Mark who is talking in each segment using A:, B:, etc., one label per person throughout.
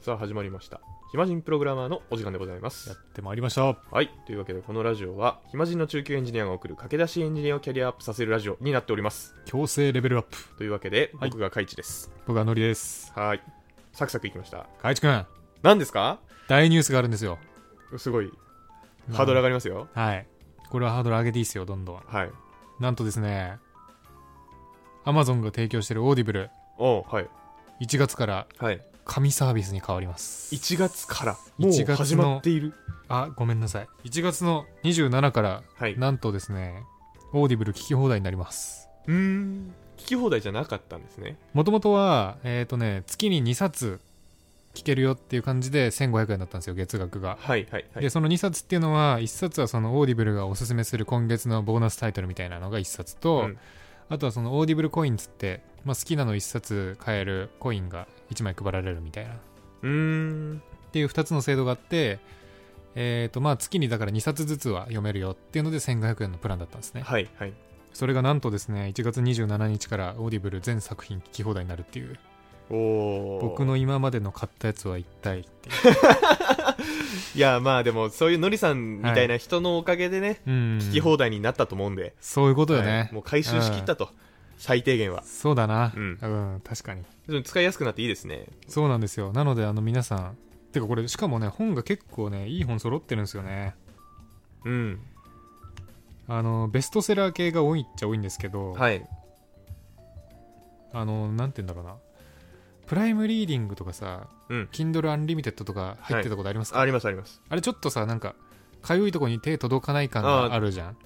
A: さあ始まりました暇人プログラマーのお時間でございま
B: やっ
A: す
B: てまいりました
A: はいというわけでこのラジオは暇人の中級エンジニアが送る駆け出しエンジニアをキャリアアップさせるラジオになっております
B: 強制レベルアップ
A: というわけで
B: はい
A: 僕がカイチです
B: 僕はノリです
A: はいサクサクいきました
B: 海地くん
A: 何ですか
B: 大ニュースがあるんですよ
A: すごい ハードル上がりますよ、
B: はいこれはハードル上げていいですよどんどん
A: はい
B: なんとですねアマゾンが提供しているオーディブル
A: おうはい
B: 1月から
A: はい
B: 紙サービスに変わります
A: 1月からもう
B: 1月の
A: 始まっている
B: あごめんなさい1月の27から
A: はい
B: なんとですねオーディブル聞き放題になります
A: うーん聞き放題じゃなかったんですね
B: もともとはえっ、とね月に2冊聞けるよっていう感じで1500円だったんですよ月額が
A: はいはいはい
B: でその2冊っていうのは1冊はそのオーディブルがおすすめする今月のボーナスタイトルみたいなのが1冊と、
A: うん
B: あとはそのオーディブルコインつって、まあ、好きなの1冊買えるコインが1枚配られるみたいなっ
A: うーん
B: ていう2つの制度があってえーとまあ月にだから2冊ずつは読めるよっていうので1500円のプランだったんですね
A: はいはい
B: それがなんとですね1月27日からオーディブル全作品聞き放題になるっていう
A: おお
B: 僕の今までの買ったやつは一体っていう
A: いやまあでもそういうのりさんみたいな人のおかげでね、
B: うん
A: 聞き放題になったと思うんで、
B: そういうことよね、
A: はいもう回収しきったと、最低限は
B: そうだな
A: うん
B: うん、確かに
A: でも使いやすくなっていいですね
B: そうなんですよなのであの皆さんてかこれしかもね本が結構ねいい本揃ってるんですよね
A: うん
B: あのベストセラー系が多いっちゃ多いんですけど、
A: はい
B: あのなんて言うんだろうなプライムリーディングとかさ、
A: うん
B: Kindle Unlimited とか入ってたことありますか、
A: ありますあります
B: あれちょっとさなんかかゆいとこに手届かない感があるじゃん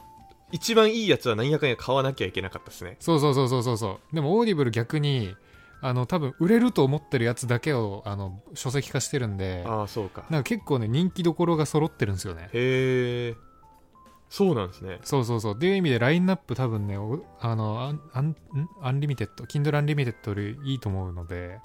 A: 一番いいやつは何やかんや買わなきゃいけなかったですね
B: そうそうそうそうそうそうでもオーディブル逆にあの多分売れると思ってるやつだけをあの書籍化してるんで
A: ああそうか
B: なんか結構ね人気どころが揃ってるんですよね
A: へえそうなんですね
B: そうそうそう。っていう意味で、ラインナップ多分ね、おあの、アン、アン、んアンリミテッド、Kindle アンリミテッドよりいいと思うので、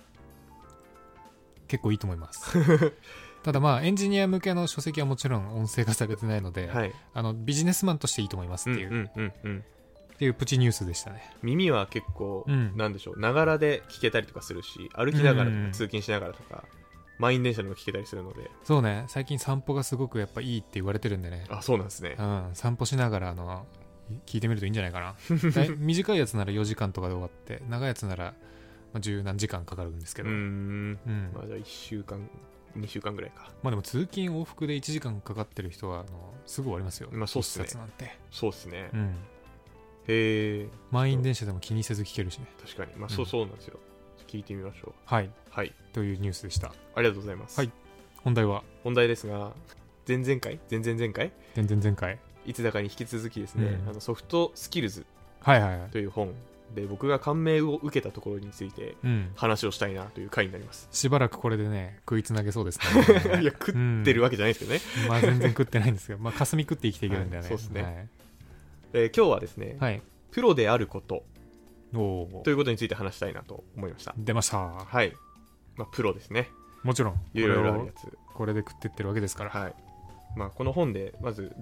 B: 結構いいと思います。 ただまあ、エンジニア向けの書籍はもちろん音声化されてないので、
A: はい
B: あの、ビジネスマンとしていいと思います
A: うん
B: っ
A: う
B: ていう、
A: んうんうん
B: っていうプチニュースでしたね。
A: 耳は結構、
B: うん
A: なんでしょうながらで聞けたりとかするし歩きながらと
B: うんう
A: か
B: ん
A: 通勤しながらとか満員電車でも聞けたりするので
B: そうね、最近散歩がすごくやっぱいいって言われてるんでね、
A: あそうなんですね
B: うん、散歩しながら、あの、聞いてみるといいんじゃない かな。だい短いやつなら4時間とかで終わって、長いやつなら、まあ、十何時間かかるんです
A: う
B: け
A: ー
B: ど、
A: ん
B: うん
A: まあじゃあ1週間2週間ぐらいか
B: まあでも通勤往復で1時間かかってる人はあのすぐ終わりますよ。
A: まあそうっすね
B: 一冊なんて。
A: そうですね、
B: うん。
A: へえ
B: 満員電車でも気にせず聞けるしね。
A: 確かにまあそう
B: うん
A: そうなんですよ、聞いてみましょう
B: はい。
A: はい
B: というニュースでした。
A: ありがとうございます、
B: はい本題は
A: 本題ですが前々回前々前回
B: 全然前回。
A: いつだかに引き続きですね、
B: うん
A: あのソフトスキルズ
B: はいはいはい。
A: という本で僕が感銘を受けたところについて
B: うん。
A: 話をしたいなという回になります
B: しばらくこれでね、食いつなげそうです
A: い
B: ね。
A: や食ってるわけじゃないですけどね、
B: まあ全然食ってないんですけど、まあ霞食って生きていけるんだよね。
A: はいそうっすねえー今日はですね、
B: はい。はい。
A: プロであること
B: おお
A: と。いうことについて話したいなと思いました
B: 出ました。
A: はい、まあ、プロですね
B: もちろん、こ
A: い
B: れ
A: ろいろある
B: を
A: やつ
B: これで食ってってるわけですから。
A: はいまあ、この本でまず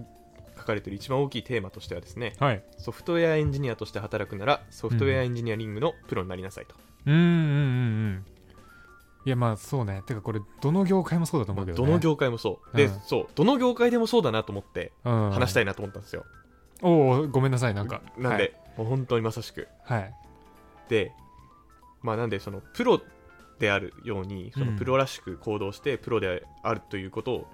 A: 書かれている一番大きいテーマとしてはですね
B: はい。
A: ソフトウェアエンジニアとして働くならソフトウェアエンジニアリングのプロになりなさいと、
B: うんうんうんうん。いやまあそうね。てかこれ、どの業界もそうだと思うけど
A: ど
B: ね。
A: の業界もそうで、
B: うん
A: そうどの業界でもそうだなと思って話
B: 話
A: したいなと思ったんですよ、
B: おおごめんなさいなんか
A: なんで、もう本当にまさしく
B: はい、はい
A: でまあなんでそのプロであるようにその
B: うん
A: プロらしく行動してプロであるということを、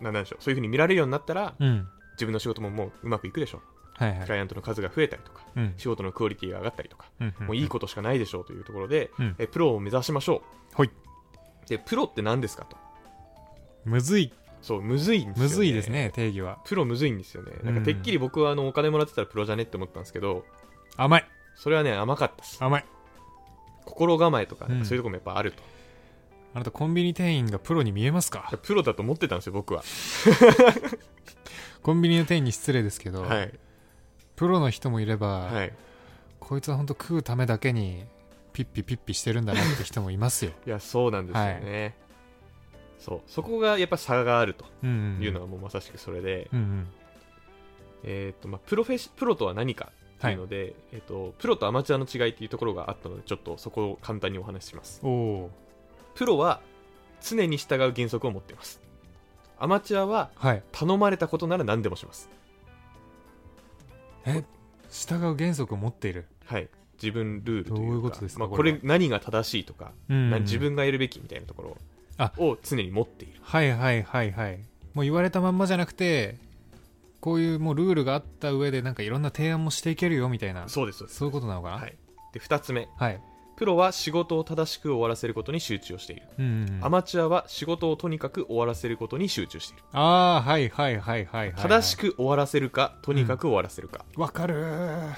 A: なんなんでしょうそういうふうに見られるようになったら
B: うん
A: 自分の仕事ももううまくいくでしょう、
B: はいは
A: クラ
B: い
A: イアントの数が増えたりとか
B: うん
A: 仕事のクオリティが上がったりとか
B: うんうん
A: もういいことしかないでしょうというところで、
B: うん
A: えプロを目指しましょう。
B: はい
A: で、プロって何ですかと。
B: むずい
A: そう、むずいんですよ、ね。
B: むずいです。ね定義は
A: プロむずいんですよね。なん
B: う
A: か
B: ん
A: てっきり僕はあのお金もらってたらプロじゃねって思ったんですけど、
B: 甘い
A: それはね、甘かったです。
B: 甘い
A: 心構えとか、
B: うん
A: そういうとこもやっぱあると。
B: あなたコンビニ店員がプロに見えますか
A: プロだと思ってたんですよ、僕は。
B: コンビニの店員に失礼ですけど、
A: はい。
B: プロの人もいれば、
A: はい。
B: こいつは本当食うためだけにピッピピッピしてるんだなって人もいますよ
A: いや、そうなんですよね。そう。そこがやっぱ差があると
B: うんうん
A: いうのはもうまさしくそれで、
B: うんうん
A: えーっと、まあ、プロフェッシプロとは何かっていうので、えーっと、プロとアマチュアの違いっていうところがあったので、ちょっとそこを簡単にお話しします。
B: おお
A: プロは常に従う原則を持っていますアマチュアは
B: はい
A: 頼まれたことなら何でもします
B: え従う原則を持っている、
A: はい自分ルールというか
B: どういうことですか
A: まあ、
B: こ
A: こ
B: れ
A: れ
B: は
A: 何が正しいとか、
B: うんうん
A: な自分がやるべきみたいなとこ
B: あ
A: ろを常に持っている
B: はいはいはいはいもう言われたまんまじゃなくてこういうもうルールがあった上でなんかいろんな提案もしていけるよみたいな
A: そうですそうです
B: そういうことなのかな
A: はい、で2つ目
B: はい、
A: プロは仕事を正しく終わらせることに集中をしている、
B: うんうんうん、
A: ア
B: あ
A: マチュアは仕事をとにかく終わらせることに集中している、
B: あーはいはいはいはいはい、はい、
A: 正しく終わらせるかとにかく終わらせるか、
B: わかるー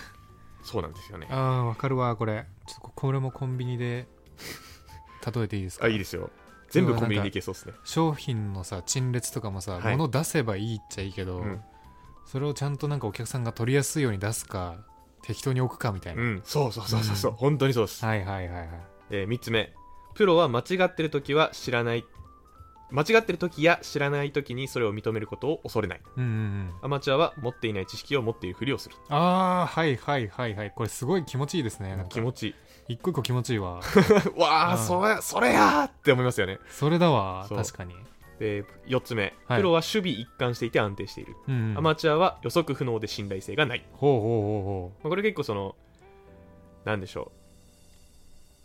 A: そうなんですよね
B: ああわかるわこれちょっとこれもコンビニで例えていいですか
A: あいいですよ全部コンビニでいけそうですね
B: 商品のさ陳列とかもさ、
A: はい
B: 物出せばいいっちゃいいけど、
A: うん
B: それをちゃんとなんかお客さんが取りやすいように出すか適当に置くかみたいな、
A: うんそうそうそうそうそう、
B: うん
A: 本当にそうです、
B: はいはいはいはい
A: え3つ目プロは間違ってる時は知らない間違ってる時や知らない時にそれを認めることを恐れない
B: うんうんうん
A: アマチュアは持っていない知識を持っているふりをする
B: ああはいはいはいはいこれすごい気持ちいいですねなん
A: 気
B: か
A: 持ちいい
B: 一個一個気持ちいいわ
A: わあ
B: うん
A: それそれやーって思いますよね
B: それだ わ
A: そう
B: 確かに
A: で4つ目、
B: はい
A: プロは守備一貫していて安定している、
B: うん、うん、
A: アマチュアは予測不能で信頼性がない、
B: ほうほ
A: まあ、これ結構そのなんでしょう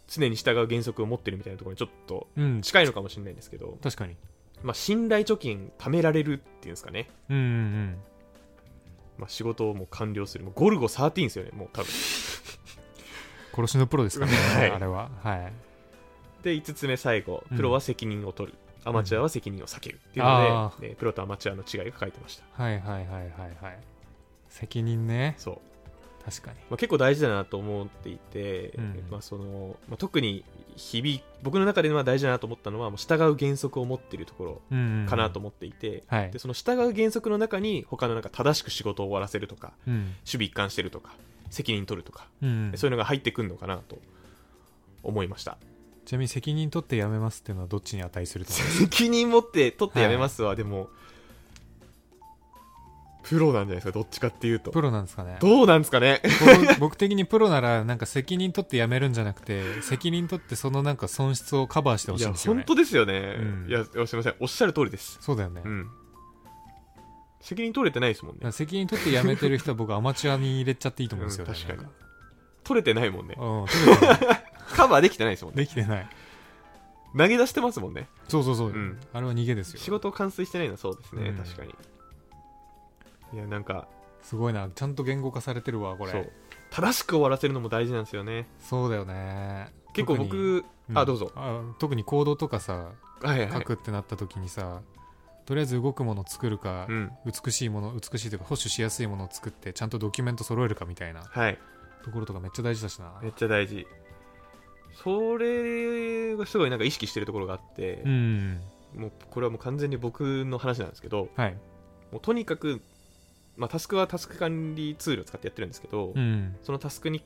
A: 常に従う原則を持ってるみたいなところにちょっと
B: うほうほううん
A: 近いのかもしれないんですけど、
B: 確かに
A: まあ、信頼貯金貯められるっていうんですかね、
B: うんうんうん
A: まあ、仕事をもう完了するもうゴルゴ13ですよねもう多分
B: 殺しのプロですからね、
A: はい
B: あれははい
A: で5つ目最後プロは責任を取る、アマチュアは責任を避けるっていう
B: あ
A: ので、ねプロとアマチュアの違いが書いてました
B: はいはいはいはいはい責任ね
A: そう
B: 確かに
A: まあ、結構大事だなと思っていて、
B: うん
A: まあそのまあ、特に響い僕の中では大事だなと思ったのはもう従う原則を持っているところ
B: うんうん
A: かなと思っていて、
B: はい
A: でその従う原則の中に他のなんか正しく仕事を終わらせるとか
B: うん
A: 守備一貫してるとか責任取るとか、
B: うん
A: そういうのが入ってくるのかなと思いました
B: ちなみに責任取ってやめますっていうのはどっちに値すると思いま す
A: 責任持って取ってやめますは、でもプロなんじゃないですかどっちかっていうと
B: プロなんですかね
A: どうなんですかね
B: 僕僕的にプロならなんか責任取ってやめるんじゃなくて責任取ってそのなんか損失をカバーしてほ
A: い
B: しいん
A: や
B: ですよ
A: 本
B: ね
A: 当ですよね、
B: うん
A: いやすいませんおっしゃる通りです
B: そうだよね、
A: うん、責任取れてないですもん
B: だか
A: ね
B: ら責任取ってやめてる人は僕アマチュアに入れちゃっていいと思うんですよね、
A: うん確かに
B: なん
A: 取れてないもんね
B: うん取れてない
A: カバーできてないです もんね
B: できてない
A: 投げ出してますもんね
B: そうそうそう、
A: うん
B: あれは逃げです
A: 仕
B: よ
A: 事を完遂してないのはそうですね、
B: うん
A: 確かにいやなんか
B: すごいなちゃんと言語化されてるわこれ
A: そう正しく終わらせるのも大事なんですよね
B: そうだよね
A: 結構
B: 特に
A: 僕、
B: ん
A: あどうぞ
B: あ特に行動とかさ
A: はいは
B: 書
A: い
B: くってなった時にさ、とりあえず動くものを作るか、
A: うん
B: 美しいもの美しいというか保守しやすいものを作ってちゃんとドキュメント揃えるかみたいな
A: はい
B: ところとかめっちゃ大事だしな
A: めっちゃ大事それがすごいなんか意識してるところがあって
B: う、ん
A: もうこれはもう完全に僕の話なんですけど
B: はい
A: もうとにかく、まあ、タスクはタスク管理ツールを使ってやってるんですけど、
B: うん
A: そのタスクに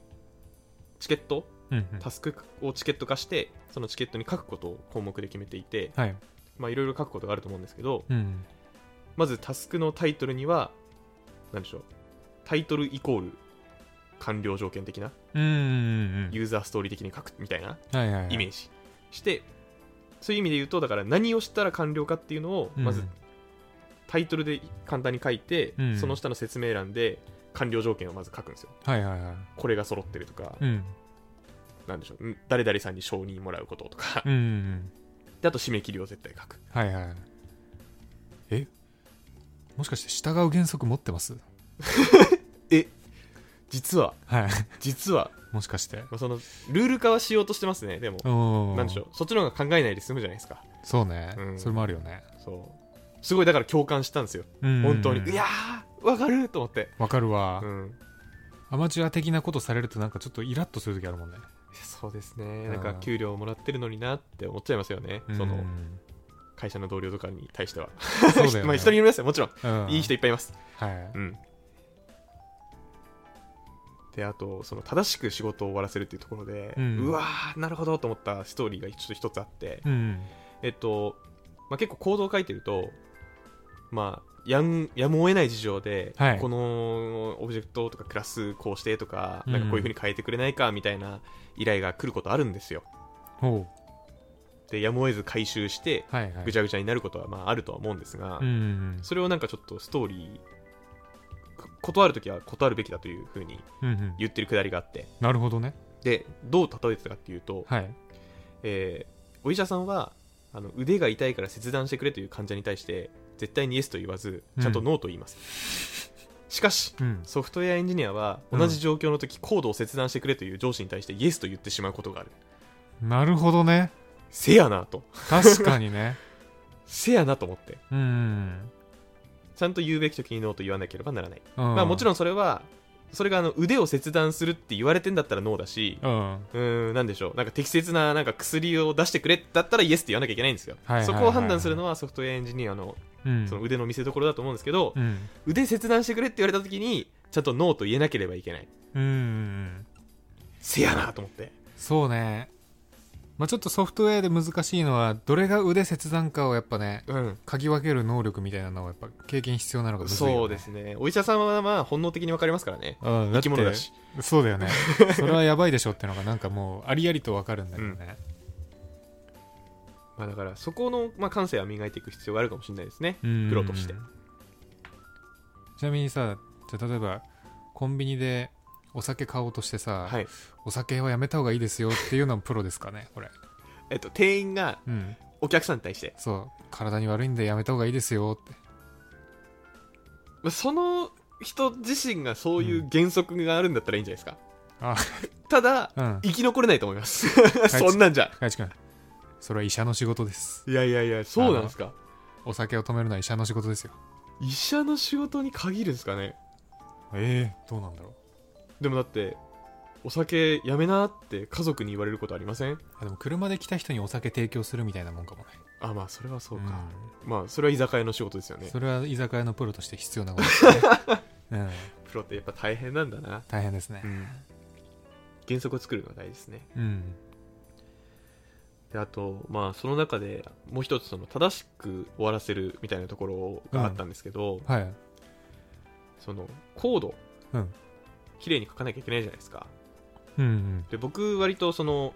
A: チケット
B: うんうん
A: タスクをチケット化してそのチケットに書くことを項目で決めていて
B: はい
A: まあいろいろ書くことがあると思うんですけど
B: うん
A: まずタスクのタイトルには何でしょうタイトルイコール完了条件的な
B: うんうんうん
A: ユーザーストーリー的に書くみたいな
B: はいはいはい
A: イメージしてそういう意味で言うとだから何をしたら完了かっていうのをまず
B: うん
A: タイトルで簡単に書いて
B: うん
A: その下の説明欄で完了条件をまず書くんですよ
B: はいはいはい
A: これが揃ってるとか
B: うん
A: なんでしょうん誰々さんに承認もらうこととか
B: うんうんうん
A: であと締め切りを絶対書く
B: はいはいはいえもしかして従う原則持ってます
A: 実は
B: はい
A: 実は、
B: もしかして
A: まあ、そのルール化はしようとしてますねでも
B: お
A: なんでしょ
B: う
A: うそっちの方が考えないで済むじゃないですか
B: そうね、
A: うん
B: それもあるよね
A: そうすごいだから共感したんですよ本当にい
B: いや
A: やーわかると思って
B: わかるわ、
A: うん
B: アマチュア的なことされるとなんかちょっとイラッとする時あるもんね
A: そうですねなん
B: う
A: か
B: ん
A: 給料もらってるのになって思っちゃいますよねその
B: うん
A: 会社の同僚とかに対しては
B: そうだよ、ね
A: まあ人によりますよもちろん
B: うん
A: いい人いっぱいいます
B: はい
A: うんであとその正しく仕事を終わらせるっていうところで、
B: う
A: うんわーなるほどと思ったストーリーがちょっと一つあって、
B: うん
A: えっと、まあ、結構行動を書いてると、まあ、やんやむを得ない事情で、
B: はい
A: このオブジェクトとかクラスこうしてとか,、
B: うん
A: なんかこういうふうに変えてくれないかみたいな依頼が来ることあるんですよ
B: ほ
A: でやむを得ず回収して
B: はいはい
A: ぐちゃぐちゃになることはまああるとは思うんですが、
B: うんうん
A: それをなんかちょっとストーリーく断るときは断るべきだというふうに
B: うんうんうん
A: 言ってるくだりがあって
B: なるほどね
A: でどう例えてたかっていうと、
B: はい
A: えーお医者さんはあの腕が痛いから切断してくれという患者に対して絶対にイエスと言わずちゃんとノーと言います、しかし
B: うん
A: ソフトウェアエンジニアは
B: うん
A: 同じ状況の時、コードを切断してくれという上司に対してイエスと言ってしまうことがある
B: なるほどね
A: せやなと
B: 確か にね
A: せやなと思って
B: うんうん
A: ちゃんと言うべき時にノーと言わなければならない、
B: ま
A: まあもちろ
B: ん
A: んそれはそれがあの腕を切断するって言われてんだったらノーだし
B: うん
A: うーんなんでしょうなんか適切ななんか薬を出してくれだったらイエスって言わなきゃいけないんですよ、
B: はいはいはい
A: そこを判断するのはソフトウェアエンジニアの
B: うん
A: その腕の見せ所だと思うんですけど、
B: うん
A: 腕切断してくれって言われた時にちゃんとノーと言えなければいけない
B: うんうん
A: せやなと思って
B: そうねまあちょっとソフトウェアで難しいのはどれが腕切断かをやっぱね
A: うん
B: 嗅ぎ分ける能力みたいなのはやっぱ経験必要なのがむずいよね
A: そうですねお医者さんはまあ本能的に分かりますからね
B: うん
A: 生き物だし
B: そうだ よねそれはやばいでしょってのがなんかもうありありとわかるんだけどね、
A: まあ、だからそこの、まあ、感性は磨いていく必要があるかもしれないですね
B: うん
A: プロとして
B: ちなみにさじゃあ例えばコンビニでお酒買おうとしてさ、
A: はい
B: お酒はやめた方がいいですよっていうのもプロですかねこれ
A: えっと店員が
B: うん
A: お客さんに対して、
B: そう体に悪いんでやめた方がいいですよって
A: まあ、その人自身がそういう原則があるんだったらいいんじゃないですか、
B: あ
A: ただ
B: うん
A: 生き残れないと思います
B: ち
A: そんなんじゃ
B: 高市君それは医者の仕事です
A: いやいやいやそうなんですか
B: お酒を止めるのは医者の仕事ですよ
A: 医者の仕事に限るんですかね
B: ええどうなんだろう
A: でもだってお酒やめなって家族に言われることありません
B: あでも車で来た人にお酒提供するみたいなもんかもね
A: あまあそれはそうか、
B: ん
A: まあそれは居酒屋の仕事ですよね
B: それは居酒屋のプロとして必要なこと ですね、うん、
A: プロってやっぱ大変なんだな
B: 大変ですね
A: うん原則を作るのが大事ですね
B: うん
A: であとまあその中でもう一つその正しく終わらせるみたいなところがあったんですけど、
B: はい
A: そのコード、
B: うん
A: 綺麗に書かなきゃいけないじゃないですか
B: うん
A: で僕割とその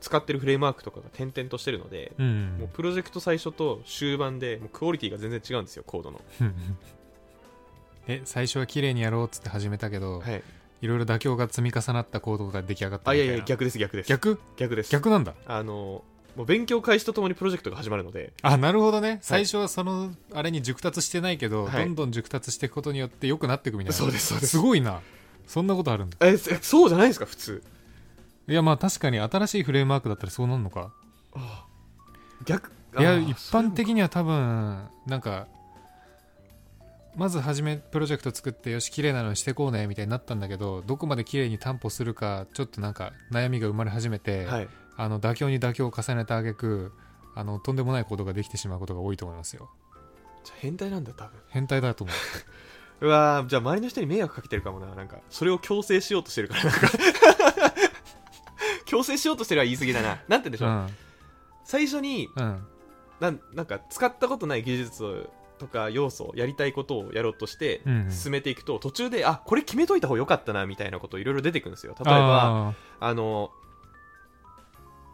A: 使ってるフレームワークとかが点々としてるので、
B: うんう
A: もうんプロジェクト最初と終盤でもうクオリティが全然違うんですよコードの、
B: うん え最初は綺麗にやろうっつって始めたけど、
A: はい、
B: いろいろ妥協が積み重なった行動が出来上がった
A: あ
B: み
A: い
B: た
A: や
B: い
A: い
B: な
A: や逆です逆です
B: 逆
A: 逆です
B: 逆なんだ
A: あのもう勉強開始とともにプロジェクトが始まるので
B: あなるほどね最初はその、あれに熟達してないけど、
A: はい
B: どんどん熟達していくことによって良くなっていくみたいな
A: そうですそうです
B: ごいなそんなことあるんだ
A: えそそうじゃないですか普通
B: いやまあ確かに新しいフレームワークだったらそうなるのか
A: ああ逆
B: いや
A: ああ
B: 一般的には多分なんかまず初めプロジェクト作ってよし綺麗なのにしてこうねみたいになったんだけどどこまで綺麗に担保するかちょっとなんか悩みが生まれ始めて、
A: はい
B: あの妥協に妥協を重ねた挙句あのとんでもないことができてしまうことが多いと思いますよ
A: じゃあ変態なんだ多分
B: 変態だと思
A: うわーじゃあ周りの人に迷惑かけてるかもななんかそれを強制しようとしてるからなんか強制しようとしてるは言い過 ぎだななんて言うんでし
B: う、う
A: ょう、
B: ん
A: 最初に
B: うん、
A: なんなんか使ったことない技術とか要素やりたいことをやろうとして
B: うんうん
A: 進めていくと、途中であこれ決めといた方が良かったなみたいなこといろいろ出てくるんですよ例えば
B: あ
A: あの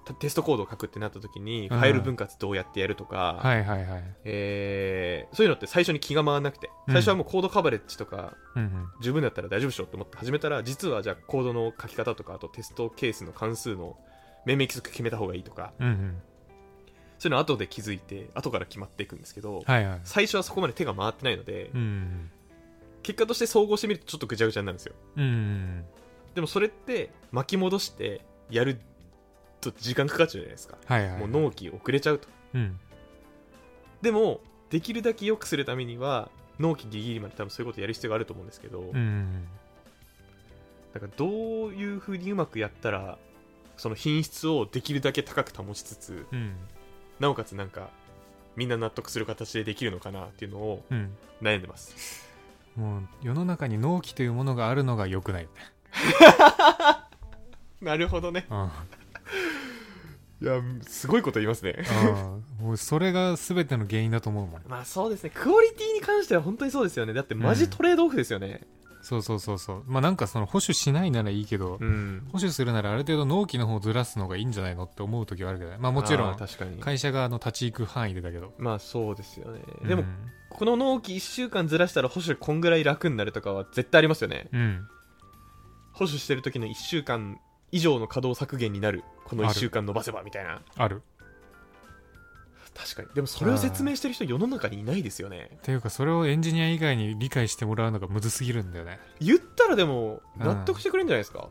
A: たテストコードを書くってなった時に
B: う
A: フ
B: ん
A: ァイル分割どうやってやるとか、
B: ーはいはいはい、
A: えーそういうのって最初に気が回らなくて最初はもうコードカバレッジとか
B: うんうん、
A: 十分だったら大丈夫でしょって思って始めたら実はじゃあコードの書き方とかあとテストケースの関数の命名規則決めた方がいいとか
B: うんうん、
A: そういうの後で気づいて後から決まっていくんですけど、
B: はいはい
A: 最初はそこまで手が回ってないので、
B: うん
A: 結果として総合してみるとちょっとぐちゃぐちゃになるんですよ
B: うんうん
A: でもそれって巻き戻してやると時間かかっちゃうじゃないですか、
B: はいはい
A: もう納期遅れちゃうと
B: うん
A: でもできるだけ良くするためには納期ギリギリまで多分そういうことやる必要があると思うんですけど、
B: うんうん
A: だからどういうふうにうまくやったらその品質をできるだけ高く保ちつつ
B: うん
A: なおかつなんかみんな納得する形でできるのかなっていうのを
B: うん
A: 悩んでます
B: もう世の中に納期というものがあるのが良くない、
A: なるほどね
B: うん
A: いやすごいこと言いますね
B: うんもうそれが全ての原因だと思うもん
A: まあそうですねクオリティに関しては本当にそうですよねだってマジトレードオフですよね、
B: そうそうそうそうまあなんかその保守しないならいいけど、
A: うん
B: 保守するならある程度納期の方をずらすのがいいんじゃないのって思う時はあるけどねまあもちろ
A: あ
B: ん
A: ー確かに
B: 会社側の立ち行く範囲でだけど
A: まあそうですよね、でも
B: うん
A: この納期1週間ずらしたら保守こんぐらい楽になるとかは絶対ありますよね
B: うん
A: 保守してる時の1週間以上の稼働削減になるこの
B: あ
A: 1
B: る
A: 週間伸ばせばみたいな
B: ある
A: 確かにでもそれを説明してる人世の中にいないですよね
B: っていうかそれをエンジニア以外に理解してもらうのがむずすぎるんだよね
A: 言ったらでも
B: うん
A: 納得してくれるんじゃないですか、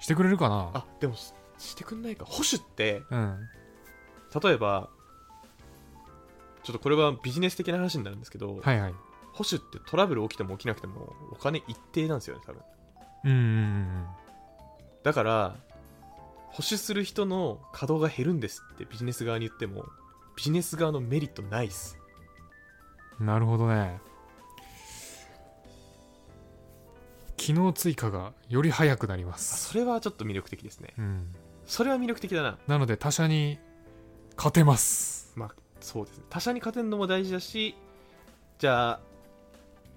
B: してくれるかな
A: あでもししてくんないか保守って
B: うん
A: 例えばちょっとこれはビジネス的な話になるんですけど、
B: はいはい
A: 保守ってトラブル起きても起きなくてもお金一定なんですよね多分
B: うんうんうん
A: だから保守する人の稼働が減るんですってビジネス側に言ってもビジネス側のメリットないっす
B: うんなるほどね機能追加がより早くなりま
A: あ
B: す
A: それはちょっと魅力的ですね
B: うん
A: それは魅力的だな
B: なので他社に勝てます
A: まあそうですね他社に勝てるのも大事だしじゃあ、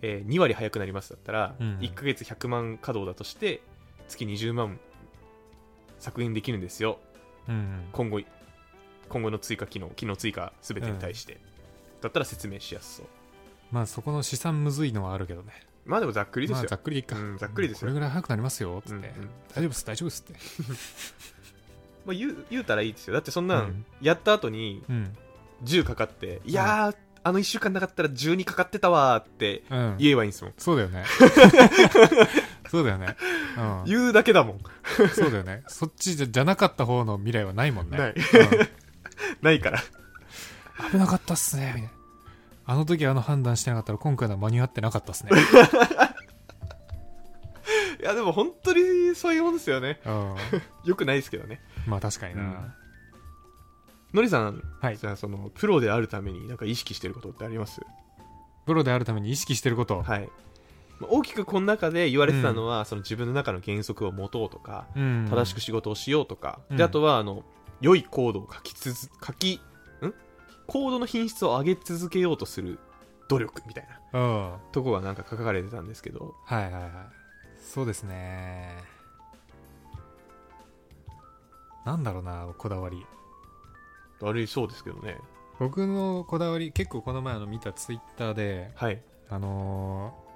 A: え2割早くなりますだったら、
B: うん
A: 1ヶ月100万稼働だとして月20万削減できるんですよ
B: うんうん
A: 今後今後の追加機能機能追加全てに対して、だったら説明しやすそう
B: まあそこの試算むずいのはあるけどね
A: まあでもざっくりで
B: ますあ
A: よ、
B: ざっくりでいいか、
A: うんざっくりですよ
B: これぐらい早くなりますよつって、
A: うんうん
B: 大丈夫です大丈夫ですって
A: まあ、言う言うたらいいですよだってそんな
B: うんん
A: やった後に
B: うん
A: 10かかって、いやーあの1週間なかったら12かかってたわーって
B: うん
A: 言えばいいんですもん、
B: そうだ よねそうだよね、うん、
A: 言うだけだもん
B: そうだよね。そっちじゃじゃなかった方の未来はないもんね。
A: ない
B: うん
A: ないから
B: 危なかったっすね、みたいな。 あの時あの判断してなかったら今回のは間に合ってなかった っすね。
A: いやでも本当にそういうもんですよね
B: うん、
A: よくないですけどね
B: まあ確かにな。
A: うんのりさん、
B: はい
A: じゃあそのプロであるためになんか意識してることってあります
B: プロであるために意識してること。
A: はいまあ大きくこの中で言われてたのは、その自分の中の原則を持とうとか、
B: うん、
A: 正しく仕事をしようとか、
B: うん
A: であとはあの良いコードを書きつづ書きんコードの品質を上げ続けようとする努力みたいな
B: うん。は
A: とこがなんか書かれてたんですけど
B: いはいはい。そうですね。なんだろうな、こだわり。
A: 悪いそうですけどね
B: 僕のこだわり、結構この前あの見たツイッターで、
A: はい
B: あのー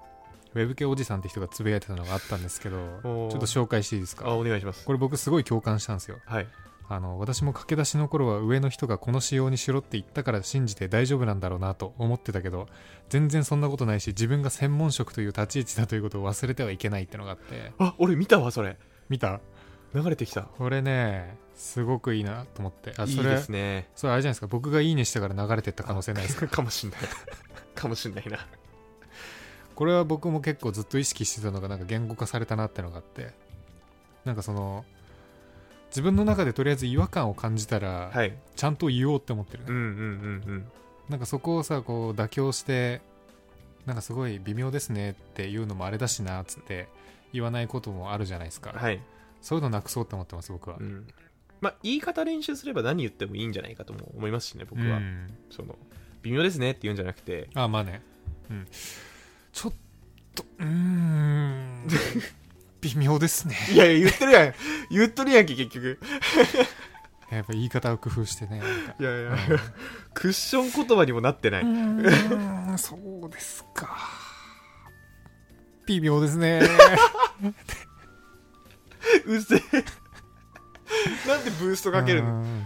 B: ウェブ系おじさんって人がつぶやいてたのがあったんですけど、ちょ
A: おー
B: っと紹介していいですか
A: あお願いします
B: これ僕すごい共感したんですよ
A: はい
B: あの私も駆け出しの頃は上の人がこの仕様にしろって言ったから信じて大丈夫なんだろうなと思ってたけど全然そんなことないし自分が専門職という立ち位置だということを忘れてはいけないってのがあって
A: あ俺見たわそれ
B: 見た
A: 流れてきた
B: これねすごくいいなと思ってあ
A: い
B: そ
A: い
B: れ
A: ですね
B: それあれじゃないですか僕が「いいね」したから流れてった可能性ないです か
A: かもしんないかもしんないな
B: これは僕も結構ずっと意識してたのがなんか言語化されたなってのがあってなんかその自分の中でとりあえず違和感を感じたら、
A: はい
B: ちゃんと言おうって思ってるね
A: うんうんうん
B: なんかそこをさこう妥協してなんかすごい微妙ですねっていうのもあれだしなっつって言わないこともあるじゃないですか、
A: うんはい、
B: そういうのなくそうって思ってます僕は、
A: うん、まあ言い方練習すれば何言ってもいいんじゃないかとも思いますしね僕は、
B: うん
A: その微妙ですねって言うんじゃなくて
B: あまあね、うん、ちょっとうー ん微妙ですね
A: いやいや、言ってるやん。言っとるやんけ、結局。
B: やっぱ言い方を工夫してねなんか
A: いやいや、 クッション言葉にもなってな
B: う
A: い。
B: ーんそうですか微妙です ね
A: うぜえ。 なんでブーストかけるの
B: うん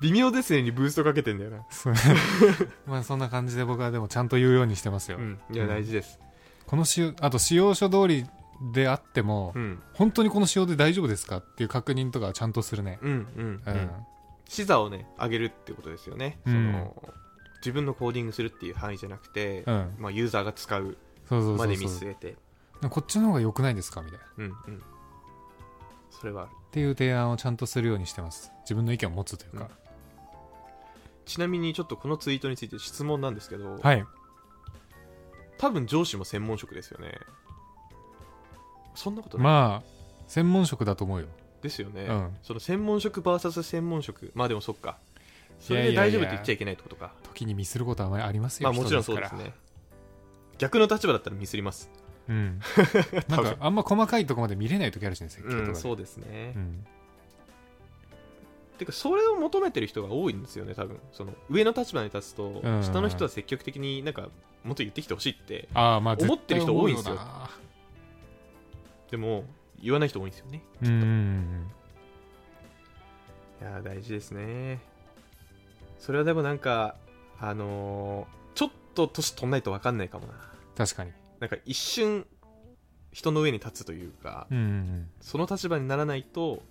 A: 微妙ですねにブーストかけてんだよな。
B: そう まあそんな感じで僕はでもちゃんと言うようにしてますよ、
A: うん。いや、大事です。
B: この仕様あと使用書通りであっても、
A: うん。
B: 本当にこの仕様で大丈夫ですかっていう確認とかはちゃんとするね、
A: うん、うん、
B: う
A: うんん。視座をね、上げるってことですよね。
B: うん
A: その、自分のコーディングするっていう範囲じゃなくて、
B: うん
A: まあ、ユーザーが使う
B: そうそう
A: ま
B: そ
A: で
B: う
A: 見
B: そう
A: 据えて。
B: こっちの方が良くないですかみたいなっ
A: うん、うん。それはある。
B: ていう提案をちゃんとするようにしてます自分の意見を持つというか、
A: ちなみに、ちょっとこのツイートについて質問なんですけど、
B: はい
A: 多分上司も専門職ですよね。そんなことない
B: まあ専門職だと思うよ
A: ですよね、
B: うん
A: その専門職 VS 専門職まあでもそっかそれで
B: いやい
A: 大
B: やい
A: 丈夫
B: や
A: って言っちゃいけないってことか
B: 時にミスることはあまりあります
A: ま
B: よ
A: あもちろんそうですね逆の立場だったらミスります
B: うん、な
A: 多
B: ん
A: 分
B: かあんま細かいとこまで見れない時あるしね設計とかで、
A: うん、そうですね、
B: うん
A: てかそれを求めてる人が多いんですよね多分その上の立場に立つと
B: うん
A: 下の人は積極的になんかもっと言ってきてほしいって
B: ああまあ
A: 思ってる人多いんですよ
B: 絶対思
A: でも言わない人多いんですよね
B: うよなうんうんうん
A: いやー大事ですねそれはでもなんかあのーちょっと年取んないと分かんないかもな
B: 確かに
A: なんか一瞬人の上に立つというか
B: うんうん
A: その立場にならないと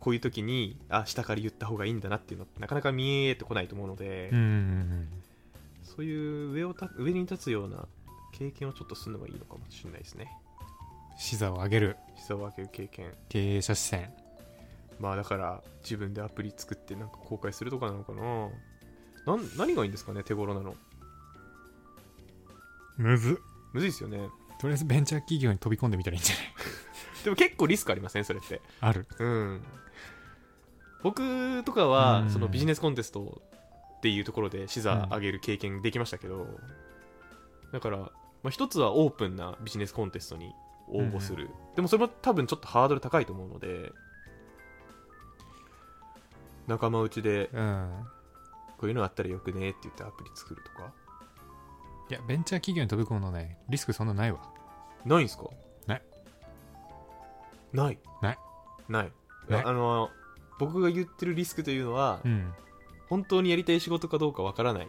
A: こういう時にあ下から言った方がいいんだなっていうのってなかなか見えてこないと思うので、
B: うんうんうん
A: そういう上をた上に立つような経験をちょっとするのがいいのかもしれないですね
B: 視座を上げる
A: 膝を上げる経験
B: 経営者視線
A: まあだから自分でアプリ作ってなんか公開するとかなのかななん何がいいんですかね手頃なの
B: むず
A: むずいですよね
B: とりあえずベンチャー企業に飛び込んでみたらいいんじゃない
A: でも結構リスクありませんそれって
B: ある
A: うん僕とかは、
B: うん
A: そのビジネスコンテストっていうところで資座上げる経験できましたけど、だから、まあ、一つはオープンなビジネスコンテストに応募する、でもそれも多分ちょっとハードル高いと思うので仲間内で
B: うん
A: こういうのあったらよくねって言ってアプリ作るとか
B: いやベンチャー企業に飛び込むのねリスクそんなないわ
A: ないんすか
B: ない
A: ない
B: ない
A: ないい
B: ない
A: やあの僕が言ってるリスクというのは、
B: うん
A: 本当にやりたい仕事かどうかわからない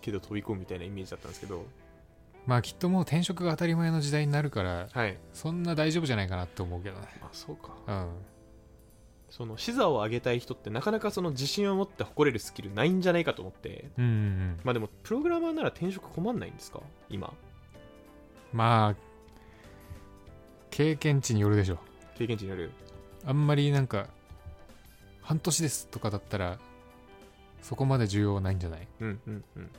A: けど飛び込むみたいなイメージだったんですけど
B: まあきっともう転職が当たり前の時代になるから
A: はい、
B: そんな大丈夫じゃないかなって思うけどね
A: まあ、そうか
B: うん
A: その視座を上げたい人ってなかなかその自信を持って誇れるスキルないんじゃないかと思って
B: うんうんうん
A: まあでもプログラマーなら転職困んないんですか今
B: まあ経験値によるでしょ
A: 経験値による
B: あんまりなんか半年ですとかだったらそこまで重要はないんじゃない
A: うんうんうんうん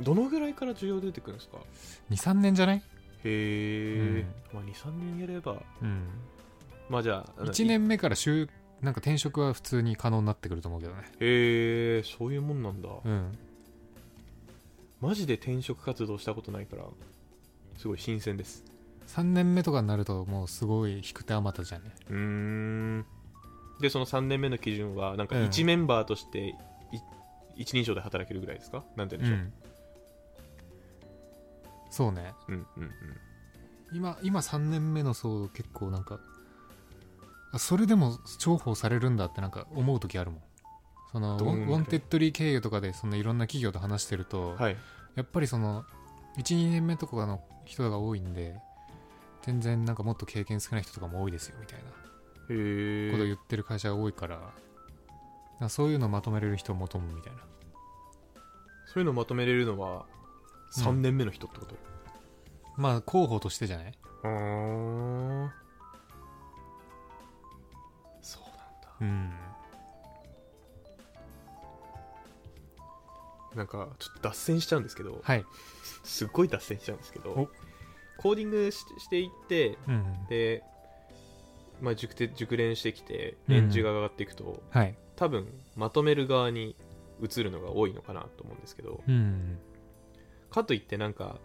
A: どのぐらいから需要出てくるんですか
B: 23年じゃない
A: へえ、まあ23年やれば
B: うん
A: まあじゃああの
B: 1年目から就なんか転職は普通に可能になってくると思うけどね
A: へえそういうもんなんだ
B: うん
A: マジで転職活動したことないからすごい新鮮です
B: 3年目とかになるともうすごい引く手あまたじゃんね
A: うーんでその3年目の基準はなんか
B: うん
A: 1メンバーとしてい一人称で働けるぐらいですかなんて言
B: う
A: うんでし
B: んそうね
A: ょう、うん、うんうん
B: 今今3年目の層結構なんかあそれでも重宝されるんだってなんか思う時あるもんそのウ
A: どう
B: ォ
A: 思う
B: ンウォンテッドリー経由とかでそのいろんな企業と話してると、
A: はい
B: やっぱりその12年目とかの人が多いんで全然なんかもっと経験少ない人とかも多いですよみたいな
A: へ
B: ことを
A: え
B: 言ってる会社が多いから,、そういうのまとめれる人を求むみたいな
A: そういうのをまとめれるのは3年目の人ってこと、
B: まあ候補としてじゃない
A: ああそうなんだ
B: うん
A: なんかちょっと脱線しちゃうんですけど
B: はい
A: すっごい脱線しちゃうんですけ
B: お
A: どコーディングししていって
B: うん
A: で、まあ、熟て熟練してきて
B: うん
A: 年次が上がっていくと、
B: はい
A: 多分まとめる側に移るのが多いのかなと思うんですけど
B: うん
A: かといってなんか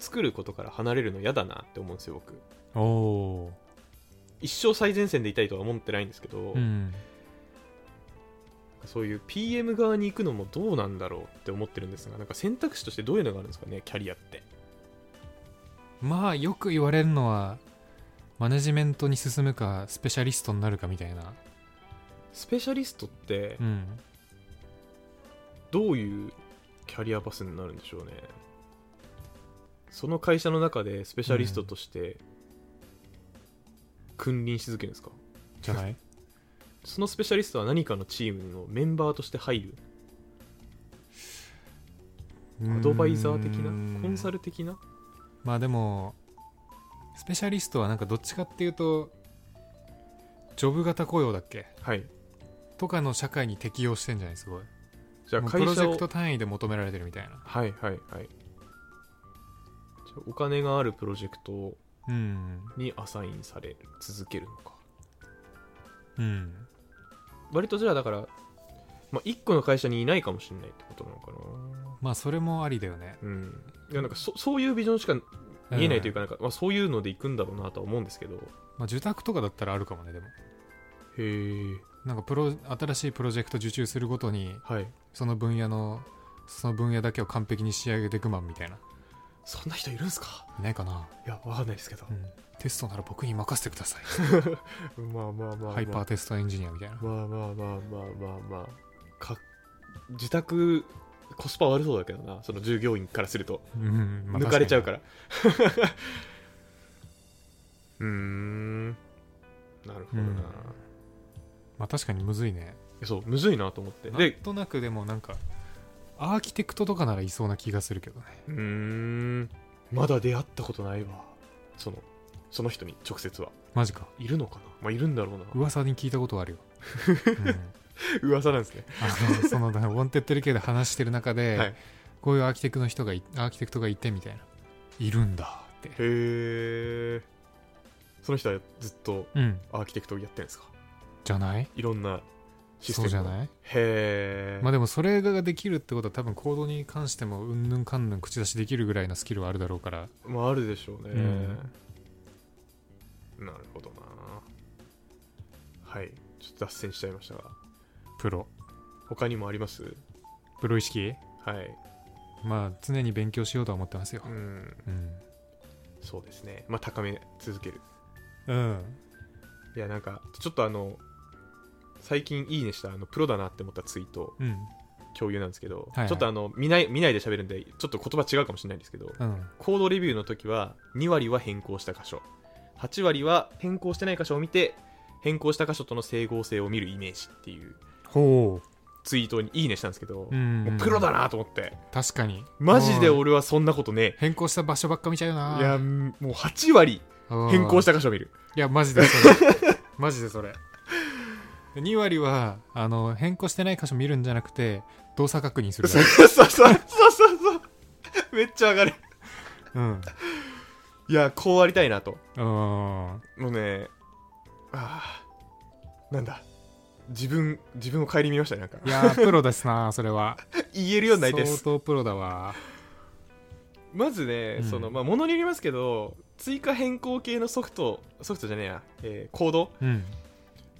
A: 作ることから離れるの嫌だなって思うんですよ僕
B: おお
A: 一生最前線でいたいとは思ってないんですけど、
B: ーうん
A: そういう PM 側に行くのもどうなんだろうって思ってるんですがなんか選択肢としてどういうのがあるんですかねキャリアって
B: まあよく言われるのはマネジメントに進むかスペシャリストになるかみたいな、
A: スペシャリストって
B: うん、
A: どういうキャリアパスになるんでしょうねその会社の中でスペシャリストとして君臨し続けるんですか、
B: じゃない
A: そのスペシャリストは何かのチームのメンバーとして入る アドバイザー的なコンサ
B: ル
A: ル的な
B: まあでもスペシャリストはなんかどっちかっていうとジョブ型雇用だっけ
A: はい
B: とかの社会に適用してんじゃないすごい
A: じゃあ
B: もう
A: 会
B: プロジ
A: 社
B: ェ
A: を
B: クト単位で求められてるみたいな
A: はいはいはいじゃあお金があるプロジェクト
B: うん
A: にアサインされ続けるのか
B: うん
A: 割とじゃあだからまあ、1個の会社にいないかもしれないってことなのかな
B: まあそれもありだよね
A: うんいやなんかそそういうビジョンしか見えないというかなんか、まあ、そういうので行くんだろうなとは思うんですけどへ
B: まあ、受託とかだったらあるかもねでも
A: え
B: なんかプロ新しいプロジェクト受注するごとに
A: はい
B: その分野のその分野だけを完璧に仕上げていくマンみたいな
A: そんな人いるんすか
B: いないかな、
A: いやわかんないですけど
B: う、ん、テストなら僕に任せてください
A: まあまあまあ、まあ、
B: ハイパーテストエンジニアみたいな
A: まあまあまあまあまあまあか自宅コスパ悪そうだけどなその従業員からすると
B: うんま あ
A: 抜かれちゃうからら うーんなるほどな、
B: うんまあ確かにむずいね
A: そうむずいなと思って
B: なん
A: で
B: となくでもなんかアーキテクトとかならいそうな気がするけどね
A: うーんまだ出会ったことないわそのその人に直接は
B: マジか
A: いるのかなまあいるんだろうな
B: 噂に聞いたことはあ るよ、うん、
A: 噂なんですね
B: あのそのだからウォンテッドリ系で話してる中で、
A: はい
B: こういうアーキテクの人がいアーキテクトがいてみたいないるんだって
A: へえその人はずっと
B: うん
A: アーキテクトをやってるんですか
B: じゃない
A: いろんなシステ
B: そ
A: ム
B: うじゃ
A: い
B: ない
A: へえ、
B: まあでもそれができるってことは多分行動に関してもうんぬんかんぬん口出しできるぐらいのスキルはあるだろうから
A: まああるでしょうね、
B: うん
A: なるほどなはいちょっと脱線しちゃいましたが
B: プロ
A: 他にもあります
B: プロ意識
A: はい
B: まあ常に勉強しようとは思ってますよ
A: うん
B: うん、
A: そうですねまあ高め続ける
B: うん、
A: いやなんかちょっとあの最近いいねしたあのプロだなって思ったツイート
B: うん
A: 共有なんですけど、
B: いはい
A: ちょっとあの見ない見ないで喋るんでちょっと言葉違うかもしれないんですけど
B: うん
A: コードレビューの時は2割は変更した箇所8割は変更してない箇所を見て変更した箇所との整合性を見るイメージっていう
B: ほ
A: ツイートにいいねしたんですけど、
B: う、うん、
A: もうプロだなと思って
B: 確かに
A: マジで
B: うん
A: 俺はそんなことね
B: 変更した場所ばっか見ちゃう
A: え
B: ない
A: やもう8割
B: うん
A: 変更した箇所見る
B: いやマジでそれ マジでそれ2割はあの変更してない箇所見るんじゃなくて動作確認する
A: そ
B: だ
A: う そ
B: け
A: うそうそうそうそうめっちゃ上がる
B: うん
A: いやこうありたいなと
B: うん
A: もうねああなんだ自分自分を顧みましたねなんか
B: いやープロですなそれは
A: 言えるようになりたいです
B: 相当プロだわ
A: まずね、
B: うん
A: そのまあものによりますけど追加変更系のソフトソフトじゃねえや、えーコード
B: うん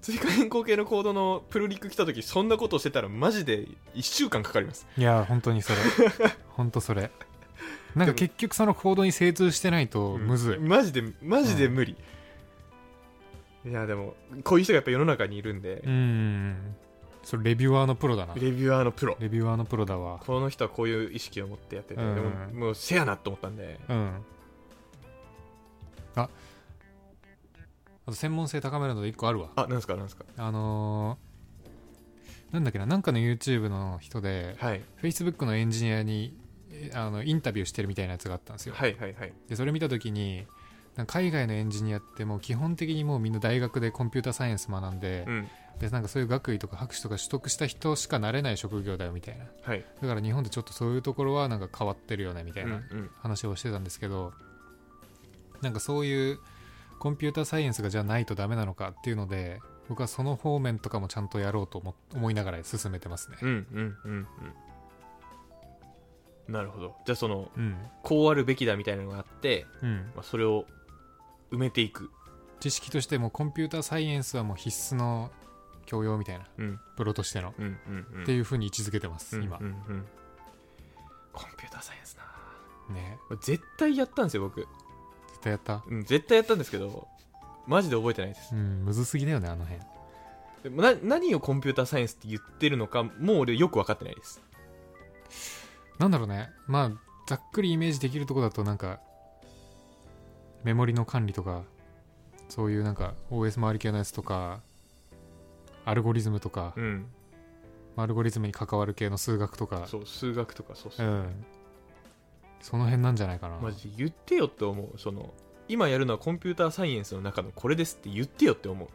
A: 追加変更系のコードのプルリク来た時そんなことしてたらマジで1週間かかります
B: いやー本当にそれ本当それなん
A: で
B: か
A: も
B: 結局その行動に精通してないとむずい、
A: マジでマジで無理、いやでもこういう人がやっぱ世の中にいるんで
B: う、んそれレビュアーのプロだな
A: レビュアーのプロ
B: レビュアーのプロだわ
A: この人はこういう意識を持ってやってて、
B: うん
A: でももうせやなと思ったんで
B: うんああと専門性高めるので1個あるわ
A: あなんすかなんすか
B: あのーなんだっけななんかの YouTube の人で
A: はい
B: Facebook のエンジニアにえあのインタビューしてるみたいなやつがあったんですよ
A: はいはいはい
B: でそれ見た時になんか海外のエンジニアってもう基本的にもうみんな大学でコンピューターサイエンス学んで,、
A: うん
B: でなんかそういう学位とか博士とか取得した人しかなれない職業だよみたいな
A: はい
B: だから日本でちょっとそういうところはなんか変わってるよねみた
A: う
B: い
A: んう
B: なん話をしてたんですけど、なんかそういうコンピューターサイエンスがじゃあないとダメなのかっていうので僕はその方面とかもちゃんとやろうと思思いながら進めてますね
A: うんうんうんうんなるほどじゃあその
B: うん
A: こうあるべきだみたいなのがあって、
B: うん
A: まあ、それを埋めていく、
B: 知識としてもコンピューターサイエンスはもう必須の教養みたいな
A: うん
B: プロとしての
A: うんうんうん、
B: っていうふうに位置づけてます、
A: うん
B: 今
A: う、んうんコンピューターサイエンスな
B: ね
A: 絶対やったんですよ僕、
B: 絶対やった
A: うん、絶対やったんですけどマジで覚えてないです
B: うんむずすぎだよねあの辺
A: でもな何をコンピューターサイエンスって言ってるのかもう俺よく分かってないです
B: なんだろうねまあざっくりイメージできるとこだとなんかメモリの管理とかそういうなんか OS 周り系のやつとかアルゴリズムとか、
A: うん
B: アルゴリズムに関わる系の数学とか
A: そう数学とかそう
B: う
A: そう、
B: んその辺なんじゃないかな
A: マジで言ってよって思うその今やるのはコンピューターサイエンスの中のこれですって言ってよって思う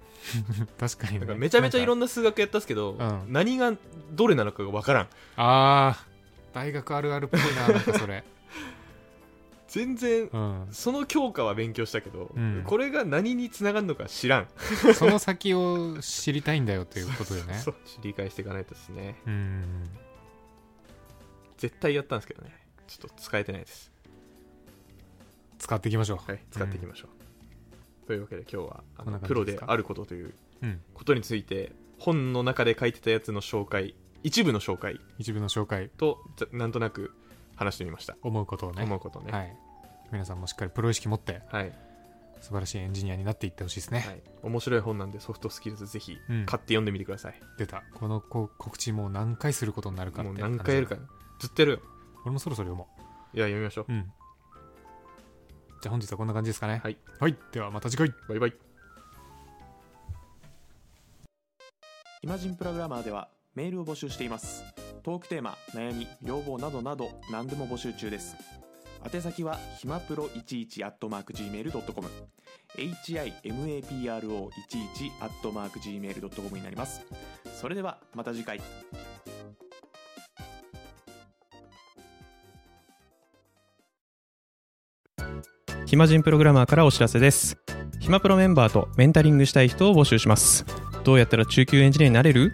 B: 確かに、
A: な
B: ね、
A: んかめちゃめちゃいろ
B: ん
A: んな数学やったんですけど、
B: うん
A: 何がどれなのかが分からん
B: ああー大学あるあるっぽいななんかそれ
A: 全然
B: うん、
A: その教科は勉強したけど、
B: うん
A: これが何につながるのか知らん
B: その先を知りたいんだよということでね
A: そう理解していかないとですね
B: うん
A: 絶対やったんですけどねちょっと使えてないです
B: 使っていきましょ
A: はい使っていきましょう、というわけで今日はあ
B: こ
A: の
B: んな感じ
A: プロ
B: で
A: です
B: か
A: あることという
B: う、うん、
A: ことについて本の中で書いてたやつの紹介一部の紹介
B: 一部の紹介
A: とざなんとなく話してみました、
B: 思うことをね
A: 思うことね
B: はい、皆さんもしっかりプロ意識持って
A: はい、はい
B: 素晴らしいエンジニアになっていってほしいですね、
A: 面白い本なんでソフトスキルズぜひ
B: うん
A: 買って読んでみてください、
B: 出たこのこ告知もう何回することになるかって
A: もう何回やるかずっとやるよ
B: 俺もそろそろ読も
A: いや読みましょう
B: ううんじゃあ本日はこんな感じですかね
A: はい、
B: はい、ではまた次回
A: バイバイ
C: イマジンプログラマーではメールを募集していますトークテーマ悩み要望などなど何でも募集中です宛先はひまプロ11 at mark gmail.com himapro11 at mark gmail.com になりますそれではまた次回
D: 暇人プログラマーからお知らせです暇プロメンバーとメンタリングしたい人を募集しますどうやったら中級エンジニアになれる